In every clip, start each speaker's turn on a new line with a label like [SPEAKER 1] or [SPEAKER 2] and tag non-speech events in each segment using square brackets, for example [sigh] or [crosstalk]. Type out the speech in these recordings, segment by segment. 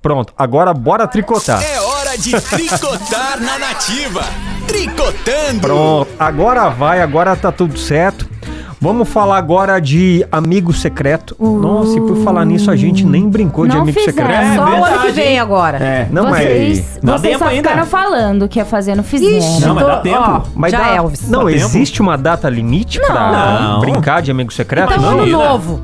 [SPEAKER 1] Pronto, agora bora tricotar.
[SPEAKER 2] É hora de tricotar na nativa. Tricotando.
[SPEAKER 1] Pronto, agora vai, agora tá tudo certo. Vamos falar agora de amigo secreto. Nossa, e por falar nisso, a gente nem brincou de
[SPEAKER 3] Não
[SPEAKER 1] amigo
[SPEAKER 3] fizeram,
[SPEAKER 1] secreto.
[SPEAKER 3] só o ano
[SPEAKER 4] É, verdade,
[SPEAKER 3] que vem
[SPEAKER 4] hein?
[SPEAKER 3] agora.
[SPEAKER 1] É, não é.
[SPEAKER 3] vocês,
[SPEAKER 4] Dá
[SPEAKER 3] Vocês
[SPEAKER 4] tempo
[SPEAKER 3] só
[SPEAKER 4] ainda?
[SPEAKER 3] ficaram falando que ia fazer, não fizeram.
[SPEAKER 4] Ixi, Não, mas dá tempo.
[SPEAKER 3] ó,
[SPEAKER 1] Mas
[SPEAKER 3] já
[SPEAKER 5] é
[SPEAKER 3] é
[SPEAKER 1] dá-
[SPEAKER 3] Elvis.
[SPEAKER 1] Não,
[SPEAKER 4] Dá tempo?
[SPEAKER 1] existe uma data limite pra
[SPEAKER 4] Não.
[SPEAKER 1] brincar de amigo secreto?
[SPEAKER 3] Então, ano
[SPEAKER 4] Imagina.
[SPEAKER 3] novo.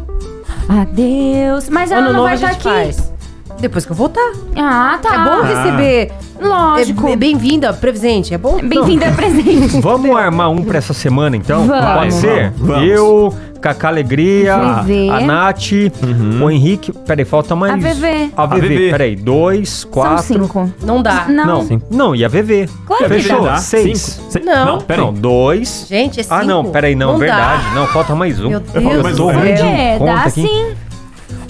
[SPEAKER 5] Adeus.
[SPEAKER 3] Mas ela
[SPEAKER 5] ano
[SPEAKER 3] não
[SPEAKER 5] novo
[SPEAKER 3] vai
[SPEAKER 5] a
[SPEAKER 3] estar
[SPEAKER 5] gente
[SPEAKER 3] aqui.
[SPEAKER 5] faz. Depois que eu voltar.
[SPEAKER 3] Ah, tá.
[SPEAKER 5] É bom receber.
[SPEAKER 3] Lógico.
[SPEAKER 5] É- é Bem-vinda, presente. É bom?
[SPEAKER 3] Bem-vinda ao
[SPEAKER 5] [laughs]
[SPEAKER 3] presente.
[SPEAKER 1] Vamos armar um pra essa semana, então?
[SPEAKER 3] Vamos.
[SPEAKER 1] Pode
[SPEAKER 3] Vamos,
[SPEAKER 1] ser?
[SPEAKER 4] vamos.
[SPEAKER 1] Eu, Cacá Alegria, a,
[SPEAKER 3] VV.
[SPEAKER 1] a Nath, o Henrique. Peraí, falta mais.
[SPEAKER 3] A VV.
[SPEAKER 1] A VV,
[SPEAKER 4] Uhum. A VV.
[SPEAKER 1] peraí. Dois, quatro.
[SPEAKER 3] São cinco.
[SPEAKER 5] Não dá.
[SPEAKER 3] Não.
[SPEAKER 1] Não,
[SPEAKER 4] Cinco.
[SPEAKER 1] não, e a VV.
[SPEAKER 3] Claro que
[SPEAKER 1] Fechou,
[SPEAKER 4] Dá?
[SPEAKER 1] seis.
[SPEAKER 4] Ah, Cinco? Seis?
[SPEAKER 5] Não.
[SPEAKER 4] Não, peraí.
[SPEAKER 1] Não, dois.
[SPEAKER 5] Gente, é cinco.
[SPEAKER 1] Ah, não, peraí, não,
[SPEAKER 5] dá.
[SPEAKER 1] verdade. Não, falta mais um.
[SPEAKER 5] Meu
[SPEAKER 1] Eu
[SPEAKER 5] Deus
[SPEAKER 4] mais
[SPEAKER 1] tô
[SPEAKER 4] um,
[SPEAKER 1] ruim
[SPEAKER 4] é.
[SPEAKER 1] de
[SPEAKER 3] É,
[SPEAKER 1] conta
[SPEAKER 3] dá
[SPEAKER 1] aqui.
[SPEAKER 3] sim.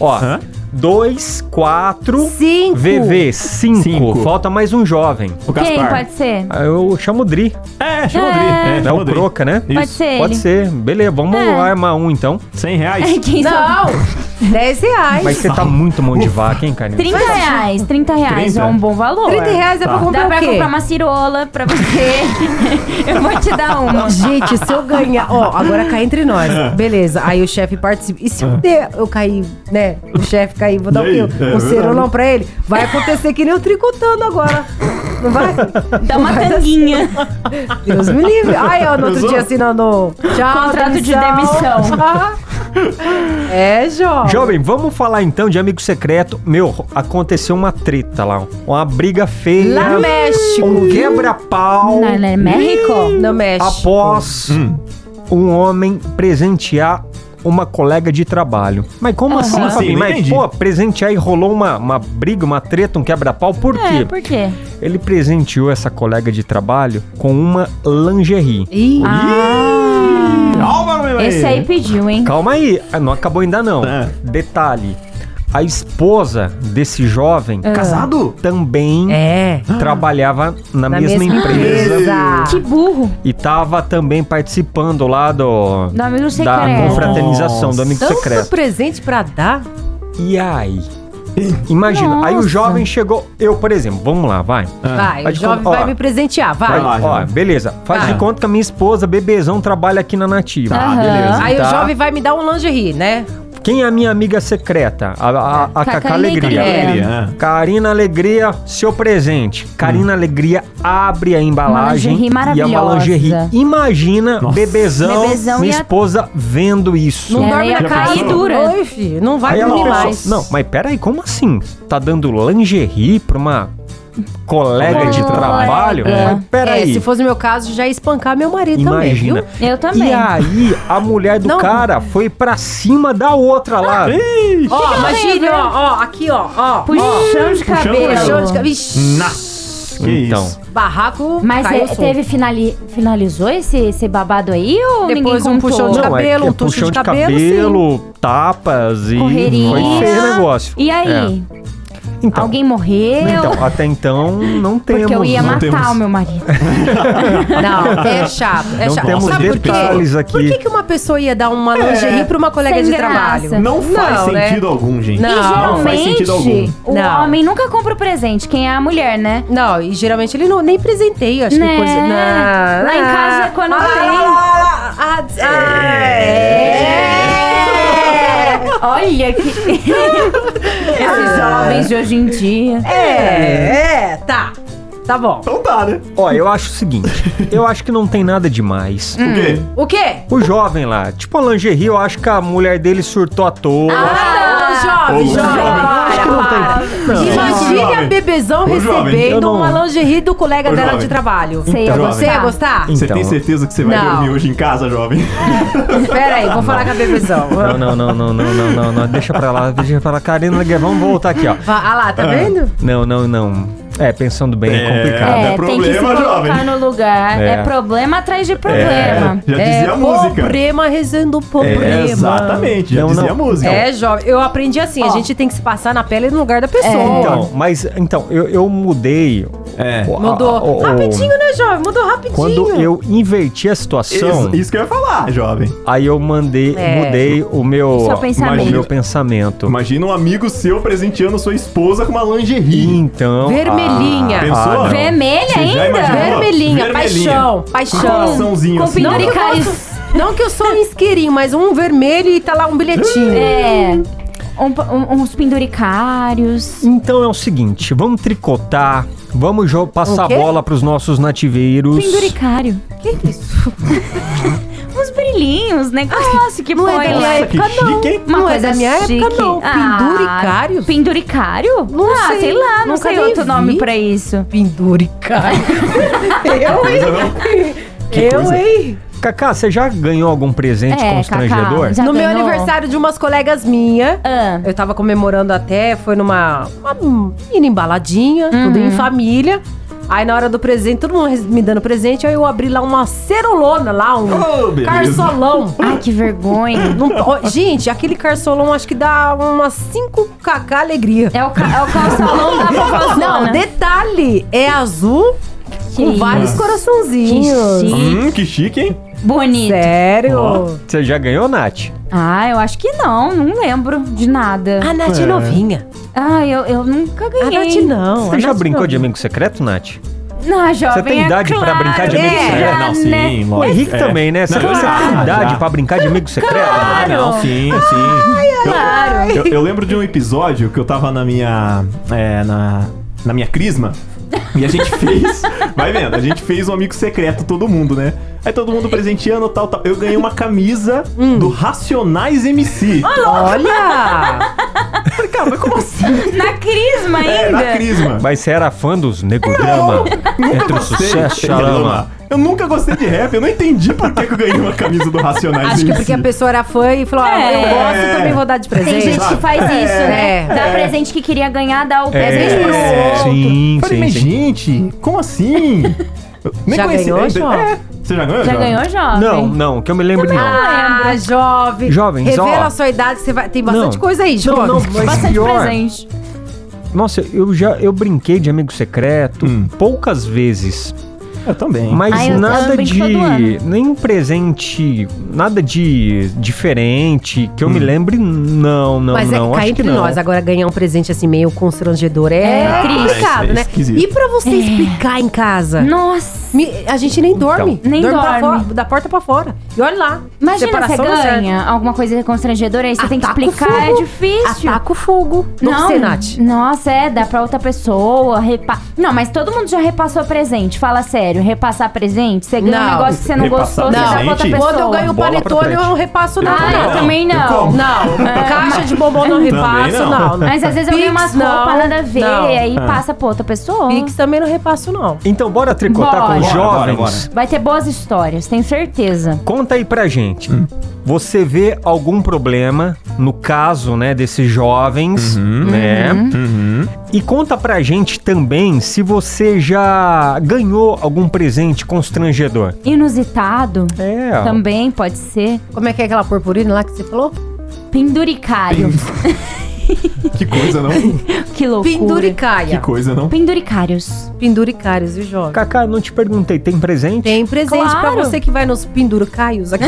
[SPEAKER 1] Ó,
[SPEAKER 4] Hã?
[SPEAKER 1] dois, quatro,
[SPEAKER 5] Cinco.
[SPEAKER 1] VV, cinco.
[SPEAKER 4] Cinco.
[SPEAKER 1] Falta mais um jovem.
[SPEAKER 4] O
[SPEAKER 3] Quem
[SPEAKER 4] Gaspar.
[SPEAKER 3] pode ser?
[SPEAKER 1] Ah, Eu chamo o Dri.
[SPEAKER 4] É, chama o Dri.
[SPEAKER 3] É.
[SPEAKER 4] É,
[SPEAKER 1] É
[SPEAKER 4] chama
[SPEAKER 1] o
[SPEAKER 4] Dri.
[SPEAKER 1] Croca, né?
[SPEAKER 4] Isso.
[SPEAKER 3] Pode ser
[SPEAKER 1] Pode
[SPEAKER 3] ele.
[SPEAKER 1] ser. Beleza, vamos
[SPEAKER 3] É.
[SPEAKER 1] armar um então.
[SPEAKER 3] [laughs]
[SPEAKER 4] 100 reais.
[SPEAKER 3] [laughs] Quem sabe?
[SPEAKER 5] Não. Dez reais.
[SPEAKER 1] Mas você tá muito mão de vaca, hein, Karina?
[SPEAKER 3] 30 reais. 30 reais é um bom valor.
[SPEAKER 5] 30 reais é pra
[SPEAKER 4] Tá.
[SPEAKER 5] comprar
[SPEAKER 3] Dá
[SPEAKER 5] o
[SPEAKER 3] pra
[SPEAKER 5] quê?
[SPEAKER 3] comprar uma cirola pra você. [laughs] Eu vou te dar uma.
[SPEAKER 5] Gente, se eu ganhar... Ó, agora cai entre nós. Beleza, aí o chefe participa. E se eu, der- eu cair, né? O chefe cair, vou dar o
[SPEAKER 4] E aí?
[SPEAKER 5] quê?
[SPEAKER 4] É
[SPEAKER 5] Um cerolão pra ele? Vai acontecer que nem eu tricotando agora. Não vai?
[SPEAKER 3] Dá uma tanguinha.
[SPEAKER 5] Deus me livre. Ai, ó, no outro
[SPEAKER 4] Pensou?
[SPEAKER 5] dia assinando. Tchau,
[SPEAKER 3] Contrato de demissão.
[SPEAKER 5] [laughs] é, Jó.
[SPEAKER 1] Jovem, vamos falar então de amigo secreto. Meu, aconteceu uma treta lá, uma briga feia.
[SPEAKER 5] Lá no México. é
[SPEAKER 1] Um quebra-pau.
[SPEAKER 3] Na, na México?
[SPEAKER 5] Não mexe.
[SPEAKER 1] após
[SPEAKER 4] Hum.
[SPEAKER 1] um homem presentear uma colega de trabalho. Mas como assim,
[SPEAKER 4] Como assim?
[SPEAKER 1] Fabi?
[SPEAKER 4] Não
[SPEAKER 1] Mas,
[SPEAKER 4] entendi.
[SPEAKER 1] pô, presentear e rolou uma, uma briga, uma treta, um quebra-pau. Por
[SPEAKER 3] É,
[SPEAKER 1] quê?
[SPEAKER 3] por quê?
[SPEAKER 1] Ele presenteou essa colega de trabalho com uma lingerie.
[SPEAKER 5] Ih,
[SPEAKER 4] Ih, Álvaro, meu
[SPEAKER 3] Esse aí pediu, hein?
[SPEAKER 1] Calma aí, ah, não acabou ainda não.
[SPEAKER 4] É.
[SPEAKER 1] Detalhe, a esposa desse jovem
[SPEAKER 4] Casado?
[SPEAKER 1] também
[SPEAKER 5] é.
[SPEAKER 1] trabalhava na, mesma, empresa.
[SPEAKER 3] Que burro.
[SPEAKER 1] E tava também participando lá do...
[SPEAKER 3] Do amigo
[SPEAKER 1] Da
[SPEAKER 3] secreto.
[SPEAKER 1] confraternização, do amigo
[SPEAKER 5] Tanto
[SPEAKER 1] secreto.
[SPEAKER 5] presente pra dar.
[SPEAKER 1] E aí? Imagina, aí o
[SPEAKER 3] Nossa.
[SPEAKER 1] jovem chegou. Eu, por exemplo, vamos lá, vai.
[SPEAKER 5] Vai,
[SPEAKER 1] Vai
[SPEAKER 5] o
[SPEAKER 1] de
[SPEAKER 5] jovem
[SPEAKER 1] conta- Ah. ó.
[SPEAKER 5] vai me presentear, vai.
[SPEAKER 4] Vai lá.
[SPEAKER 1] Ó,
[SPEAKER 4] jovem.
[SPEAKER 1] beleza. Faz
[SPEAKER 5] Vai.
[SPEAKER 1] de conta que a minha esposa, bebezão, trabalha aqui na Nativa.
[SPEAKER 3] Tá, Aham. beleza.
[SPEAKER 5] Aí
[SPEAKER 1] Tá.
[SPEAKER 5] o jovem vai me dar um lingerie, né?
[SPEAKER 1] Quem é a minha amiga secreta? A, a, a Cacá,
[SPEAKER 3] Cacá
[SPEAKER 1] Alegria.
[SPEAKER 3] Alegria.
[SPEAKER 4] Alegria, é.
[SPEAKER 1] Karina Alegria, seu presente. Karina
[SPEAKER 4] Hum.
[SPEAKER 1] Alegria abre a embalagem.
[SPEAKER 3] Uma lingerie
[SPEAKER 1] e é uma
[SPEAKER 3] maravilhosa.
[SPEAKER 1] lingerie. Imagina,
[SPEAKER 4] Nossa.
[SPEAKER 1] bebezão,
[SPEAKER 3] Bebezão
[SPEAKER 1] minha
[SPEAKER 3] e a-
[SPEAKER 1] esposa vendo isso. É.
[SPEAKER 3] Não Ela ia cair dura.
[SPEAKER 5] Oi, filho, não vai
[SPEAKER 1] Aí ela
[SPEAKER 5] dormir
[SPEAKER 1] pensou,
[SPEAKER 5] mais.
[SPEAKER 1] Não, mas peraí, como assim? Tá dando lingerie pra uma colega de
[SPEAKER 3] Colega.
[SPEAKER 1] trabalho?
[SPEAKER 3] É.
[SPEAKER 1] Mas peraí.
[SPEAKER 5] É, se fosse o meu caso, já ia espancar meu marido
[SPEAKER 1] Imagina.
[SPEAKER 5] também, viu?
[SPEAKER 3] Eu também.
[SPEAKER 1] E aí, a mulher do
[SPEAKER 5] Não.
[SPEAKER 1] cara foi pra cima da outra
[SPEAKER 4] Ah,
[SPEAKER 1] lá.
[SPEAKER 4] Ih,
[SPEAKER 5] Ó,
[SPEAKER 3] tem
[SPEAKER 5] imagina,
[SPEAKER 3] a ver?
[SPEAKER 5] ó, ó, aqui, ó, ó.
[SPEAKER 3] Puxão de
[SPEAKER 4] Puxão de
[SPEAKER 3] cabelo.
[SPEAKER 4] cabelo.
[SPEAKER 5] Puxão de cabelo. Ixi,
[SPEAKER 4] nossa, que
[SPEAKER 1] Então.
[SPEAKER 4] isso.
[SPEAKER 5] barraco.
[SPEAKER 3] Mas
[SPEAKER 5] caiu
[SPEAKER 3] é,
[SPEAKER 5] o som.
[SPEAKER 3] teve finali- finalizou esse, esse babado aí ou ninguém
[SPEAKER 5] Depois um
[SPEAKER 3] contou?
[SPEAKER 5] puxão de cabelo.
[SPEAKER 1] é que
[SPEAKER 5] um tucho
[SPEAKER 1] puxão
[SPEAKER 5] de cabelo,
[SPEAKER 1] tapas e
[SPEAKER 3] Correria.
[SPEAKER 1] foi feio
[SPEAKER 5] Ah,
[SPEAKER 1] o negócio.
[SPEAKER 3] E aí?
[SPEAKER 1] É. Então,
[SPEAKER 3] Alguém morreu?
[SPEAKER 1] então, até então não temos.
[SPEAKER 3] Porque eu ia
[SPEAKER 1] não
[SPEAKER 3] matar
[SPEAKER 4] temos.
[SPEAKER 3] o meu marido.
[SPEAKER 5] Não, é chato. É
[SPEAKER 1] Não
[SPEAKER 5] chato.
[SPEAKER 1] temos
[SPEAKER 5] Sabe por quê?
[SPEAKER 1] detalhes aqui.
[SPEAKER 5] Por que, que uma pessoa ia dar uma lingerie pra uma colega
[SPEAKER 3] É. Sem
[SPEAKER 5] de
[SPEAKER 3] graça.
[SPEAKER 5] trabalho?
[SPEAKER 4] Não faz
[SPEAKER 5] Não, né?
[SPEAKER 4] sentido algum, gente.
[SPEAKER 5] Não.
[SPEAKER 3] e
[SPEAKER 4] Não faz
[SPEAKER 3] geralmente,
[SPEAKER 4] sentido algum.
[SPEAKER 3] o
[SPEAKER 5] Não.
[SPEAKER 3] homem nunca compra o presente, quem é a mulher, né?
[SPEAKER 5] Não, e geralmente ele não, nem presenteia, acho
[SPEAKER 3] Né?
[SPEAKER 5] que coisa. Não,
[SPEAKER 3] Lá em
[SPEAKER 5] não.
[SPEAKER 3] casa, quando
[SPEAKER 5] Ah,
[SPEAKER 3] tem-
[SPEAKER 5] ah, ah, ah, é.
[SPEAKER 3] [laughs] Olha que. Esses jovens de hoje em dia.
[SPEAKER 5] É, é, tá. Tá bom.
[SPEAKER 4] Então tá, né?
[SPEAKER 1] Ó, eu acho o seguinte. eu acho que não tem nada demais.
[SPEAKER 4] O quê?
[SPEAKER 1] Hum.
[SPEAKER 5] O quê?
[SPEAKER 1] O jovem lá, tipo a lingerie, eu acho que a mulher dele surtou à toa.
[SPEAKER 5] Ah, não, jovem,
[SPEAKER 4] Ô,
[SPEAKER 5] jovem.
[SPEAKER 4] jovem.
[SPEAKER 5] Para,
[SPEAKER 1] Acho que não tem.
[SPEAKER 5] para.
[SPEAKER 1] Não.
[SPEAKER 4] Ô,
[SPEAKER 5] Imagine a
[SPEAKER 4] jovem.
[SPEAKER 5] bebezão
[SPEAKER 4] Ô, jovem.
[SPEAKER 5] recebendo
[SPEAKER 1] Eu não-
[SPEAKER 5] uma lingerie do colega
[SPEAKER 4] Ô,
[SPEAKER 5] dela
[SPEAKER 4] jovem.
[SPEAKER 5] de trabalho.
[SPEAKER 3] Você ia
[SPEAKER 4] Então,
[SPEAKER 5] Você ia gostar?
[SPEAKER 1] Então.
[SPEAKER 4] Você tem certeza que você vai
[SPEAKER 5] Não.
[SPEAKER 4] dormir hoje em casa, jovem?
[SPEAKER 5] Pera aí, vou falar com
[SPEAKER 1] [laughs]
[SPEAKER 5] a bebezão.
[SPEAKER 1] Não, não, não, não, não, não, não, não. Deixa pra lá, deixa pra lá. Karina, vamos voltar aqui, ó.
[SPEAKER 5] Vá- Ah lá, tá vendo?
[SPEAKER 1] Não, não, não. É, pensando bem, é,
[SPEAKER 4] É.
[SPEAKER 1] complicado.
[SPEAKER 4] Cada
[SPEAKER 3] tem que se
[SPEAKER 4] problema,
[SPEAKER 3] colocar
[SPEAKER 4] jovem.
[SPEAKER 3] no lugar.
[SPEAKER 1] É.
[SPEAKER 3] É. problema atrás de problema.
[SPEAKER 4] [laughs] já dizia a música.
[SPEAKER 5] É Problema rezando problema.
[SPEAKER 4] É, exatamente, já
[SPEAKER 1] Não,
[SPEAKER 4] dizia
[SPEAKER 1] não.
[SPEAKER 4] a música.
[SPEAKER 5] É, jovem. Eu aprendi assim, a gente tem que se passar na pele no lugar da pessoa. pessoa.
[SPEAKER 1] Então, mas então, eu, eu mudei.
[SPEAKER 4] É.
[SPEAKER 1] o- a-
[SPEAKER 5] Mudou.
[SPEAKER 1] o- o-
[SPEAKER 5] rapidinho, né, jovem? Mudou rapidinho.
[SPEAKER 1] Quando eu inverti a situação,
[SPEAKER 4] Isso, isso que eu ia falar, jovem.
[SPEAKER 1] aí eu mandei,
[SPEAKER 5] É.
[SPEAKER 1] mudei o meu,
[SPEAKER 3] Seu pensamento.
[SPEAKER 1] o meu pensamento.
[SPEAKER 4] Imagina um amigo seu presenteando sua esposa com uma lingerie.
[SPEAKER 1] Então,
[SPEAKER 5] Vermelhinha.
[SPEAKER 4] Pensou?
[SPEAKER 1] Ah, não.
[SPEAKER 3] Vermelha
[SPEAKER 4] Você já
[SPEAKER 3] ainda?
[SPEAKER 4] imaginou?
[SPEAKER 5] Vermelhinha,
[SPEAKER 4] Vermelhinha.
[SPEAKER 5] paixão,
[SPEAKER 4] Com um
[SPEAKER 5] paixão.
[SPEAKER 4] coraçãozinho
[SPEAKER 3] Com
[SPEAKER 4] assim.
[SPEAKER 5] Não que, eu
[SPEAKER 3] Cariz.
[SPEAKER 5] gosto- não que eu sou um isqueirinho, mas um vermelho e tá lá um bilhetinho.
[SPEAKER 3] É. Um- um- uns penduricários.
[SPEAKER 1] então é o seguinte, vamos tricotar, vamos jo- passar
[SPEAKER 5] O quê?
[SPEAKER 1] bola pros nossos nativeiros.
[SPEAKER 3] Penduricário. é
[SPEAKER 5] Que [laughs] isso?
[SPEAKER 3] Uns brilhinhos, né? Nossa, que
[SPEAKER 5] Não é
[SPEAKER 3] boa
[SPEAKER 5] da minha
[SPEAKER 3] ideia.
[SPEAKER 4] que
[SPEAKER 5] época, não.
[SPEAKER 4] chique, hein?
[SPEAKER 3] Uma
[SPEAKER 5] não é
[SPEAKER 3] coisa
[SPEAKER 5] da minha
[SPEAKER 3] chique.
[SPEAKER 5] época, não.
[SPEAKER 3] Ah,
[SPEAKER 5] Penduricários?
[SPEAKER 3] Penduricário?
[SPEAKER 5] Não
[SPEAKER 3] ah,
[SPEAKER 5] sei.
[SPEAKER 3] sei lá, não
[SPEAKER 5] Nunca
[SPEAKER 3] sei
[SPEAKER 5] nem
[SPEAKER 3] outro
[SPEAKER 5] vi.
[SPEAKER 3] nome pra isso.
[SPEAKER 5] Penduricário. [laughs] eu, hein?
[SPEAKER 1] Que
[SPEAKER 5] eu,
[SPEAKER 1] coisa.
[SPEAKER 5] hein?
[SPEAKER 1] Cacá, você já ganhou algum presente
[SPEAKER 3] É,
[SPEAKER 1] constrangedor?
[SPEAKER 3] Cacá, já-
[SPEAKER 5] no meu
[SPEAKER 3] ganhou?
[SPEAKER 5] aniversário de umas colegas minhas,
[SPEAKER 3] Ah.
[SPEAKER 5] eu tava comemorando até, foi numa uma mini embaladinha, tudo
[SPEAKER 3] Uhum.
[SPEAKER 5] em família. Aí na hora do presente, todo mundo me dando presente, aí eu abri lá uma cerolona lá, um
[SPEAKER 4] Oh, beleza.
[SPEAKER 5] carsolão.
[SPEAKER 3] Ai, que vergonha.
[SPEAKER 5] Não- ó, gente, aquele carsolão acho que dá umas 5kk alegria.
[SPEAKER 3] É o, ca é o calçolão da
[SPEAKER 5] Não,
[SPEAKER 3] vovózona.
[SPEAKER 5] detalhe, é azul
[SPEAKER 3] Que
[SPEAKER 5] com vários
[SPEAKER 3] isso.
[SPEAKER 5] coraçãozinhos.
[SPEAKER 3] Que chique.
[SPEAKER 4] Hum, que chique, hein?
[SPEAKER 3] Bonito.
[SPEAKER 5] Sério?
[SPEAKER 4] Ó.
[SPEAKER 1] Você já ganhou, Nath?
[SPEAKER 3] Ah, eu acho que não. Não lembro de nada.
[SPEAKER 5] A Nath
[SPEAKER 4] É.
[SPEAKER 5] novinha.
[SPEAKER 3] Ah, eu, eu nunca
[SPEAKER 5] A
[SPEAKER 3] ganhei.
[SPEAKER 5] Nath Ah. não.
[SPEAKER 1] Você
[SPEAKER 5] a
[SPEAKER 1] já
[SPEAKER 5] Nath
[SPEAKER 1] brincou
[SPEAKER 5] não.
[SPEAKER 1] de amigo secreto, Nath?
[SPEAKER 3] Não, jovem,
[SPEAKER 1] tem
[SPEAKER 3] é
[SPEAKER 1] idade pra
[SPEAKER 3] claro
[SPEAKER 1] brincar de amigo
[SPEAKER 3] que
[SPEAKER 1] secreto?
[SPEAKER 3] já,
[SPEAKER 4] não, sim,
[SPEAKER 3] né?
[SPEAKER 4] lógico.
[SPEAKER 1] O Henrique
[SPEAKER 4] É.
[SPEAKER 1] também, né? Você
[SPEAKER 4] Não,
[SPEAKER 1] você
[SPEAKER 4] já,
[SPEAKER 1] tem idade
[SPEAKER 4] já.
[SPEAKER 1] pra né? brincar de amigo secreto?
[SPEAKER 4] Ah, não, sim, sim.
[SPEAKER 3] Claro.
[SPEAKER 4] Eu, eu lembro de um episódio que eu tava na minha. é, na, na minha crisma. E a gente [laughs] fez. vai vendo, a gente fez um amigo secreto, todo mundo, né? Aí todo mundo presenteando, tal, tal. Eu ganhei uma camisa do Racionais MC.
[SPEAKER 1] [laughs]
[SPEAKER 5] Olha!
[SPEAKER 4] Falei, cara, mas como assim?
[SPEAKER 3] Na crisma ainda.
[SPEAKER 4] É, na crisma.
[SPEAKER 1] Mas você era fã dos Negorama?
[SPEAKER 4] Nunca
[SPEAKER 1] Entre o
[SPEAKER 4] gostei.
[SPEAKER 1] sucesso, charama.
[SPEAKER 4] Eu nunca gostei de rap, eu não entendi por que, que eu ganhei uma camisa do Racionais
[SPEAKER 5] Acho que é
[SPEAKER 4] MC.
[SPEAKER 5] porque a pessoa era fã e falou: ah,
[SPEAKER 3] É.
[SPEAKER 5] eu gosto, eu também vou dar de
[SPEAKER 3] Tem
[SPEAKER 5] presente.
[SPEAKER 3] gente que faz isso, né?
[SPEAKER 5] É.
[SPEAKER 3] Dá presente que queria ganhar, dá o presente pro
[SPEAKER 1] É,
[SPEAKER 3] outro.
[SPEAKER 1] sim,
[SPEAKER 4] Falei,
[SPEAKER 1] sim,
[SPEAKER 4] mas
[SPEAKER 1] sim.
[SPEAKER 4] gente, como assim? Eu Nem
[SPEAKER 5] Já
[SPEAKER 4] conheci.
[SPEAKER 5] ganhou,
[SPEAKER 4] ainda-
[SPEAKER 5] João?
[SPEAKER 4] é, Você já ganhou,
[SPEAKER 3] Já
[SPEAKER 4] João?
[SPEAKER 3] ganhou, jovem?
[SPEAKER 1] Não, não, que eu me lembro não.
[SPEAKER 5] Ah, jovem.
[SPEAKER 1] Jovens,
[SPEAKER 5] Revela
[SPEAKER 1] ó.
[SPEAKER 5] a sua idade, você vai... tem bastante
[SPEAKER 1] Não.
[SPEAKER 5] coisa aí,
[SPEAKER 1] Não,
[SPEAKER 5] jovem.
[SPEAKER 1] não, mas-
[SPEAKER 3] Bastante
[SPEAKER 1] pior.
[SPEAKER 3] presente.
[SPEAKER 1] Nossa, eu já eu brinquei de amigo secreto poucas vezes,
[SPEAKER 4] Hum. Ah, Eu também.
[SPEAKER 1] mas
[SPEAKER 3] Ah, eu- eu
[SPEAKER 1] nada
[SPEAKER 3] brinco
[SPEAKER 1] de
[SPEAKER 3] todo ano.
[SPEAKER 1] nem um presente, nada de diferente que eu
[SPEAKER 4] Hum.
[SPEAKER 1] me lembre. Não, não,
[SPEAKER 5] [laughs] Mas
[SPEAKER 1] não.
[SPEAKER 5] é cá
[SPEAKER 1] acho que
[SPEAKER 5] entre
[SPEAKER 1] não. Ah,
[SPEAKER 5] nós, agora ganhar um presente assim meio constrangedor é,
[SPEAKER 3] É,
[SPEAKER 5] complicado,
[SPEAKER 4] isso é
[SPEAKER 5] né?
[SPEAKER 4] esquisito.
[SPEAKER 5] E pra você explicar em casa?
[SPEAKER 3] Nossa.
[SPEAKER 5] Me- a gente
[SPEAKER 1] Então.
[SPEAKER 5] nem dorme.
[SPEAKER 3] nem
[SPEAKER 5] pra
[SPEAKER 3] dorme.
[SPEAKER 5] fora- da porta pra fora. E olha lá.
[SPEAKER 3] Imagina, você
[SPEAKER 5] separação não serve.
[SPEAKER 3] ganha alguma coisa constrangedora, aí você tem que
[SPEAKER 5] Ataca o
[SPEAKER 3] explicar,
[SPEAKER 5] fogo.
[SPEAKER 3] é difícil.
[SPEAKER 5] Ataca o fogo. Não sei, Nath.
[SPEAKER 3] Nossa, é, dá pra outra pessoa. Repa... Não, mas todo mundo já repassou presente. Fala sério, repassar presente, você ganha
[SPEAKER 5] Não.
[SPEAKER 3] um negócio que você não
[SPEAKER 4] Repassar
[SPEAKER 3] gostou, você dá pra outra
[SPEAKER 4] presente?
[SPEAKER 3] pessoa.
[SPEAKER 5] Quando eu ganho o
[SPEAKER 1] Bola pra
[SPEAKER 5] panetone, eu
[SPEAKER 1] frente.
[SPEAKER 5] não repasso nada.
[SPEAKER 3] Ah, eu
[SPEAKER 5] não.
[SPEAKER 3] também não.
[SPEAKER 5] Não, caixa de bombom não repasso,
[SPEAKER 4] não.
[SPEAKER 5] não. né?
[SPEAKER 3] Mas às vezes eu ganho umas
[SPEAKER 5] Pix, não.
[SPEAKER 3] roupas nada a ver,
[SPEAKER 5] Não.
[SPEAKER 3] aí passa pra outra pessoa.
[SPEAKER 5] Pix também não repasso, não.
[SPEAKER 1] Então bora tricotar com
[SPEAKER 3] Bora.
[SPEAKER 1] os
[SPEAKER 4] Bora,
[SPEAKER 1] jovens.
[SPEAKER 4] bora,
[SPEAKER 3] Vai ter boas histórias, tenho certeza.
[SPEAKER 1] Conta aí pra gente.
[SPEAKER 4] Hum.
[SPEAKER 1] Você vê algum problema no caso, né, desses jovens,
[SPEAKER 4] Uhum.
[SPEAKER 1] né? E conta pra gente também se você já ganhou algum presente constrangedor.
[SPEAKER 3] Inusitado
[SPEAKER 1] É.
[SPEAKER 3] também pode ser.
[SPEAKER 5] Como é que é aquela purpurina lá que você falou?
[SPEAKER 3] Penduricário.
[SPEAKER 4] Que coisa,
[SPEAKER 5] [laughs]
[SPEAKER 4] não?
[SPEAKER 3] que loucura.
[SPEAKER 4] Que
[SPEAKER 5] Penduricaia.
[SPEAKER 4] coisa, não?
[SPEAKER 3] Penduricários.
[SPEAKER 5] Penduricários, viu, jovem?
[SPEAKER 1] Cacá, não te perguntei, tem presente?
[SPEAKER 5] Tem presente pra
[SPEAKER 3] Claro.
[SPEAKER 5] você que vai nos
[SPEAKER 3] [laughs]
[SPEAKER 5] penduricaios aqui.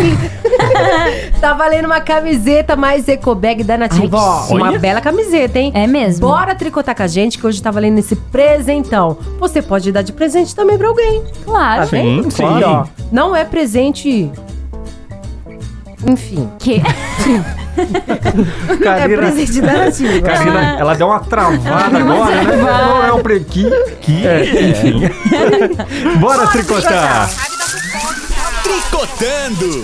[SPEAKER 5] tá valendo uma camiseta mais ecobag da Nativa.
[SPEAKER 3] Ai,
[SPEAKER 5] Ó,
[SPEAKER 4] que
[SPEAKER 5] uma
[SPEAKER 4] chique.
[SPEAKER 5] bela camiseta, hein?
[SPEAKER 3] É mesmo?
[SPEAKER 5] Bora tricotar com a gente, que hoje tá valendo esse presentão. Você pode dar de presente também pra alguém. Ah,
[SPEAKER 3] Claro.
[SPEAKER 1] Sim.
[SPEAKER 5] Claro, ó. Não é presente. Enfim.
[SPEAKER 3] Que...
[SPEAKER 5] É
[SPEAKER 1] Karina,
[SPEAKER 5] presente da Nativa.
[SPEAKER 1] Karina, Ah. ela deu uma travada agora, né? Não é um pre... Que... que- é, [laughs] enfim. Bora tricotar.
[SPEAKER 2] Tricotando.